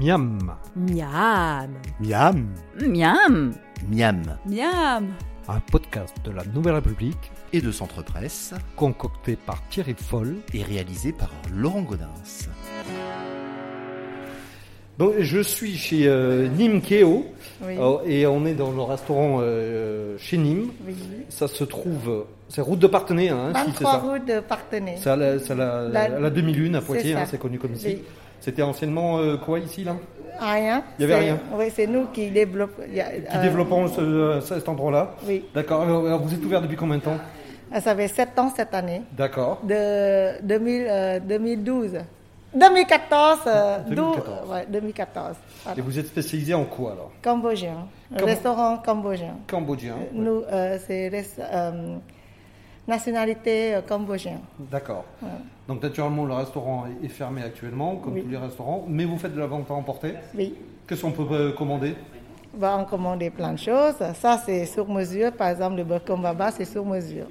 Miam. Miam. Miam. Miam. Miam Miam. Un podcast de la Nouvelle République et de Centre Presse concocté par Thierry Foll. est réalisé par Laurent Godin. Donc, je suis chez euh, Nîmes Keo Oui. Alors, et on est dans le restaurant euh, chez Nîmes. Oui. Ça se trouve, c'est route de Partenay, hein, si c'est 23 ça. route de Partenay. C'est à la, c'est à la- La- à la demi-lune à c'est Poitiers, ça. hein, c'est connu comme ici. Oui. C'était anciennement euh, quoi ici là Rien. Il y avait Ah, hein? C'est- rien. Oui, c'est nous qui développons. Qui Qui développons ce- euh, cet endroit-là Oui. D'accord. Alors, alors, vous êtes ouvert depuis combien de temps ah, Ça fait 7 ans cette année. D'accord. De 2000, euh, 2012. 2014. euh, 2014. dou- ouais, 2014. Et Voilà. vous êtes spécialisé en quoi alors Cambodgien. Cam- Restaurant cambodgien. Cambodgien. ouais. Nous, euh, c'est res- euh, nationalité euh, cambodgien. D'accord. Donc naturellement, le restaurant est- est fermé actuellement, comme tous les restaurants, mais vous faites de la vente à emporter. Oui. Qu'est-ce qu'on peut euh, commander On va en commander plein de choses. Ça, c'est sur mesure. Par exemple, le beurre baba, c'est sur mesure.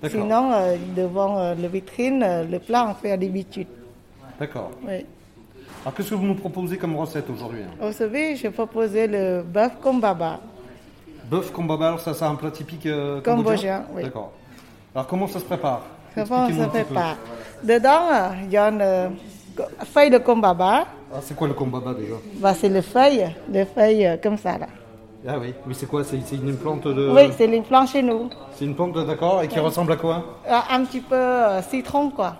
D'accord. Sinon, euh, devant euh, la vitrine, euh, le plat, on fait à l'habitude. D'accord. Oui. Alors qu'est-ce que vous nous proposez comme recette aujourd'hui hein Vous savez, je proposais le bœuf baba. Bœuf kombaba, alors ça, c'est un plat typique euh, cambodgien Cambodgien, oui. D'accord. Alors comment ça se prépare Comment on Expliquez-nous se un petit peu. prépare Dedans, euh, il y a une euh, co- feuille de kombaba. Ah, c'est quoi le kombaba déjà Bah, c'est les feuilles, les feuilles euh, comme ça. Là. Ah oui, oui c'est quoi C'est c'est une plante de... Oui, c'est les plants chez nous. c'est une plante, d'accord, et qui ressemble à quoi Euh, Un petit peu euh, citron, quoi.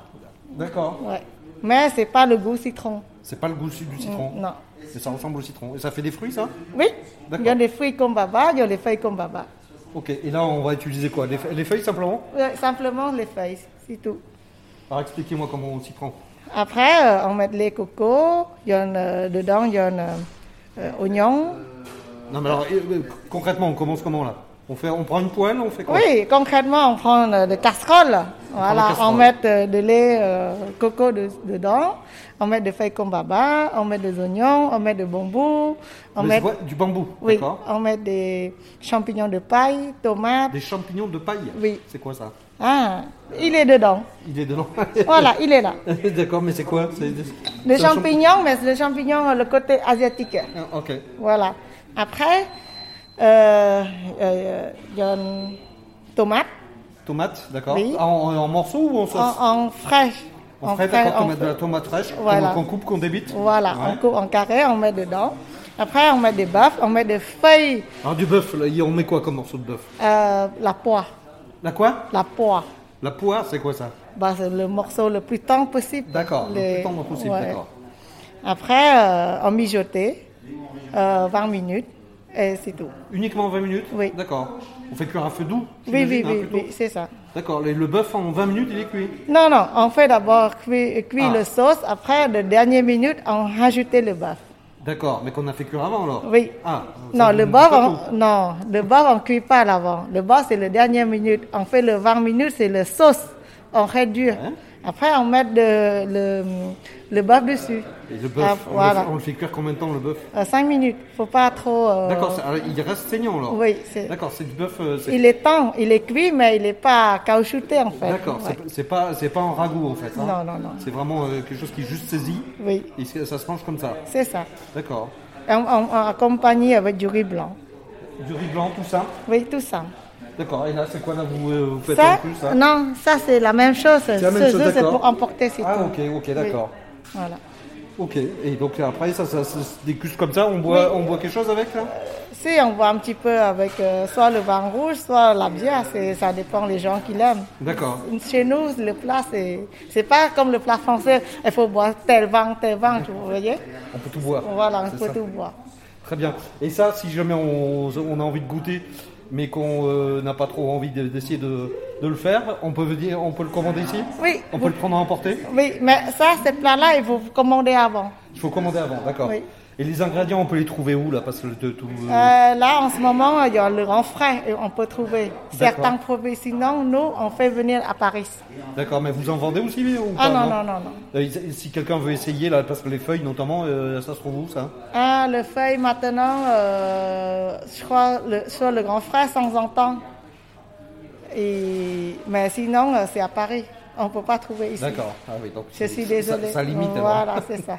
D'accord. Ouais. Mais c'est pas le goût citron. C'est pas le goût du citron. Mm, Non. Mais ça ressemble au citron. Et ça fait des fruits, ça Oui, il y a D'accord. des fruits kombaba, il y a les feuilles kombaba. Ok, et là, on va utiliser quoi les, fe- les feuilles, simplement Ouais, simplement les feuilles, c'est tout. Alors, expliquez-moi comment on s'y prend. Après, euh, on met les cocos, il y en a euh, dedans, il y en a euh, oignons. Non, mais alors, et, euh, concrètement, on commence comment, là on, fait, on prend une poêle, on fait quoi Oui, concrètement, on prend euh, des casseroles. Voilà, des casseroles. on met euh, de lait euh, coco de- dedans, on met des feuilles kombaba, on met des oignons, on met des bambous, on Le- met, ouais, Du bambou, oui, d'accord on met des champignons de paille, tomates. Des champignons de paille Oui. C'est quoi, ça Ah, il est dedans. Il est dedans. Voilà, il est là. d'accord, mais c'est quoi C'est- Des c'est un champ- champignons, mais le champignon, euh, le côté asiatique. Ah, Ok. Voilà. Après, euh, euh, il y a une tomate Tomate, d'accord. Oui. Ah, en, en morceaux ou en en, sauce en fraîche. En frais, frais- d'accord, en tomate, de frais. la tomate fraîche, qu'on- Voilà. qu'on coupe, qu'on débite. Voilà, Ouais. on coupe en carré, on met dedans. Après, on met des bœufs, on met des feuilles, Alors du bœuf, là, y- on met quoi comme morceau de bœuf euh, la poire. La quoi La poire, La poire, c'est quoi ça bah, c'est le morceau le plus tendre possible. D'accord, le Les- plus tendre possible, ouais. d'accord. Après, euh, on mijotait euh, 20 minutes et c'est tout. Uniquement 20 minutes Oui. D'accord. On fait cuire à feu doux Oui, oui, j'imagine, hein, oui, plutôt oui c'est ça. D'accord, le, le bœuf en 20 minutes, il est cuit. Non, non, on fait d'abord cuire, cuire Ah. le sauce. Après, de dernière minute, on rajoutait le bœuf. D'accord, mais qu'on a fait cuire avant alors Oui. Ah, non, ça le hein. donne bœuf, pas on, tout. non, le bœuf, on cuit pas à l'avant. Le bœuf, c'est le dernière minute. On fait le 20 minutes, c'est le sauce. On réduit. Ouais. Après, on met de- le, le bœuf dessus. Et le bœuf, Ah, on, le voilà. fait- on le fait cuire combien de temps le bœuf 5 minutes. Faut pas trop. euh, D'accord, ça- alors, il reste saignant alors Oui, c'est- D'accord, c'est du bœuf. euh, c'est- Il est tendre, il est cuit, mais il n'est pas caoutchouté en fait. D'accord, Ouais. c'est pas- c'est pas, c'est pas en ragoût en fait. hein. Non, non, non. C'est vraiment euh, quelque chose qui est juste saisi. Oui. Et c'est- ça se mange comme ça. C'est ça. D'accord. On, on- on accompagne avec du riz blanc. Du riz blanc, tout ça. Oui, tout ça. D'accord, et là c'est quoi là vous, euh, vous faites en Ça, plus ça non, ça c'est la même chose. la même Ce chose, jeu, c'est d'accord. pour emporter, c'est Ah tout. ok, ok, Oui. d'accord. Voilà. Ok, et donc après ça, ça, se déguste comme ça, on boit, on boit quelque chose avec là Si on voit un petit peu avec euh, soit le vin rouge, soit la bière, c'est- ça dépend les gens qui l'aiment. D'accord. Chez nous, le plat, c'est c'est pas comme le plat français, il faut boire tel vin, tel vin, vous voyez On peut tout boire. Voilà, on C'est peut ça. tout boire. Très bien. Et ça, si jamais on, on a envie de goûter, mais qu'on euh, n'a pas trop envie de- d'essayer de, de le faire, on peut, venir, on peut le commander ici Oui. On peut le prendre à emporter Oui, mais ça, ce plat-là, il faut commander avant. Il faut commander avant, d'accord. Oui. Et les ingrédients, on peut les trouver où là Parce que de tout. euh, Euh, là, en ce moment, il y a le grand frais et on peut trouver D'accord. certains produits. Sinon, nous, on fait venir à Paris. D'accord, mais vous en vendez aussi ou Euh. Ah pas, non, non, non, non. Euh, et Si quelqu'un veut essayer, là, parce que les feuilles notamment, euh, ça se trouve où ça Ah, le feuille maintenant, euh, je crois, le, sur le grand frère, sans entendre. Et, mais sinon, euh, c'est à Paris. On ne peut pas trouver ici. D'accord. Ah oui, donc Je c'est- suis ça- désolée. Ça, limite hein. alors. Voilà, c'est ça.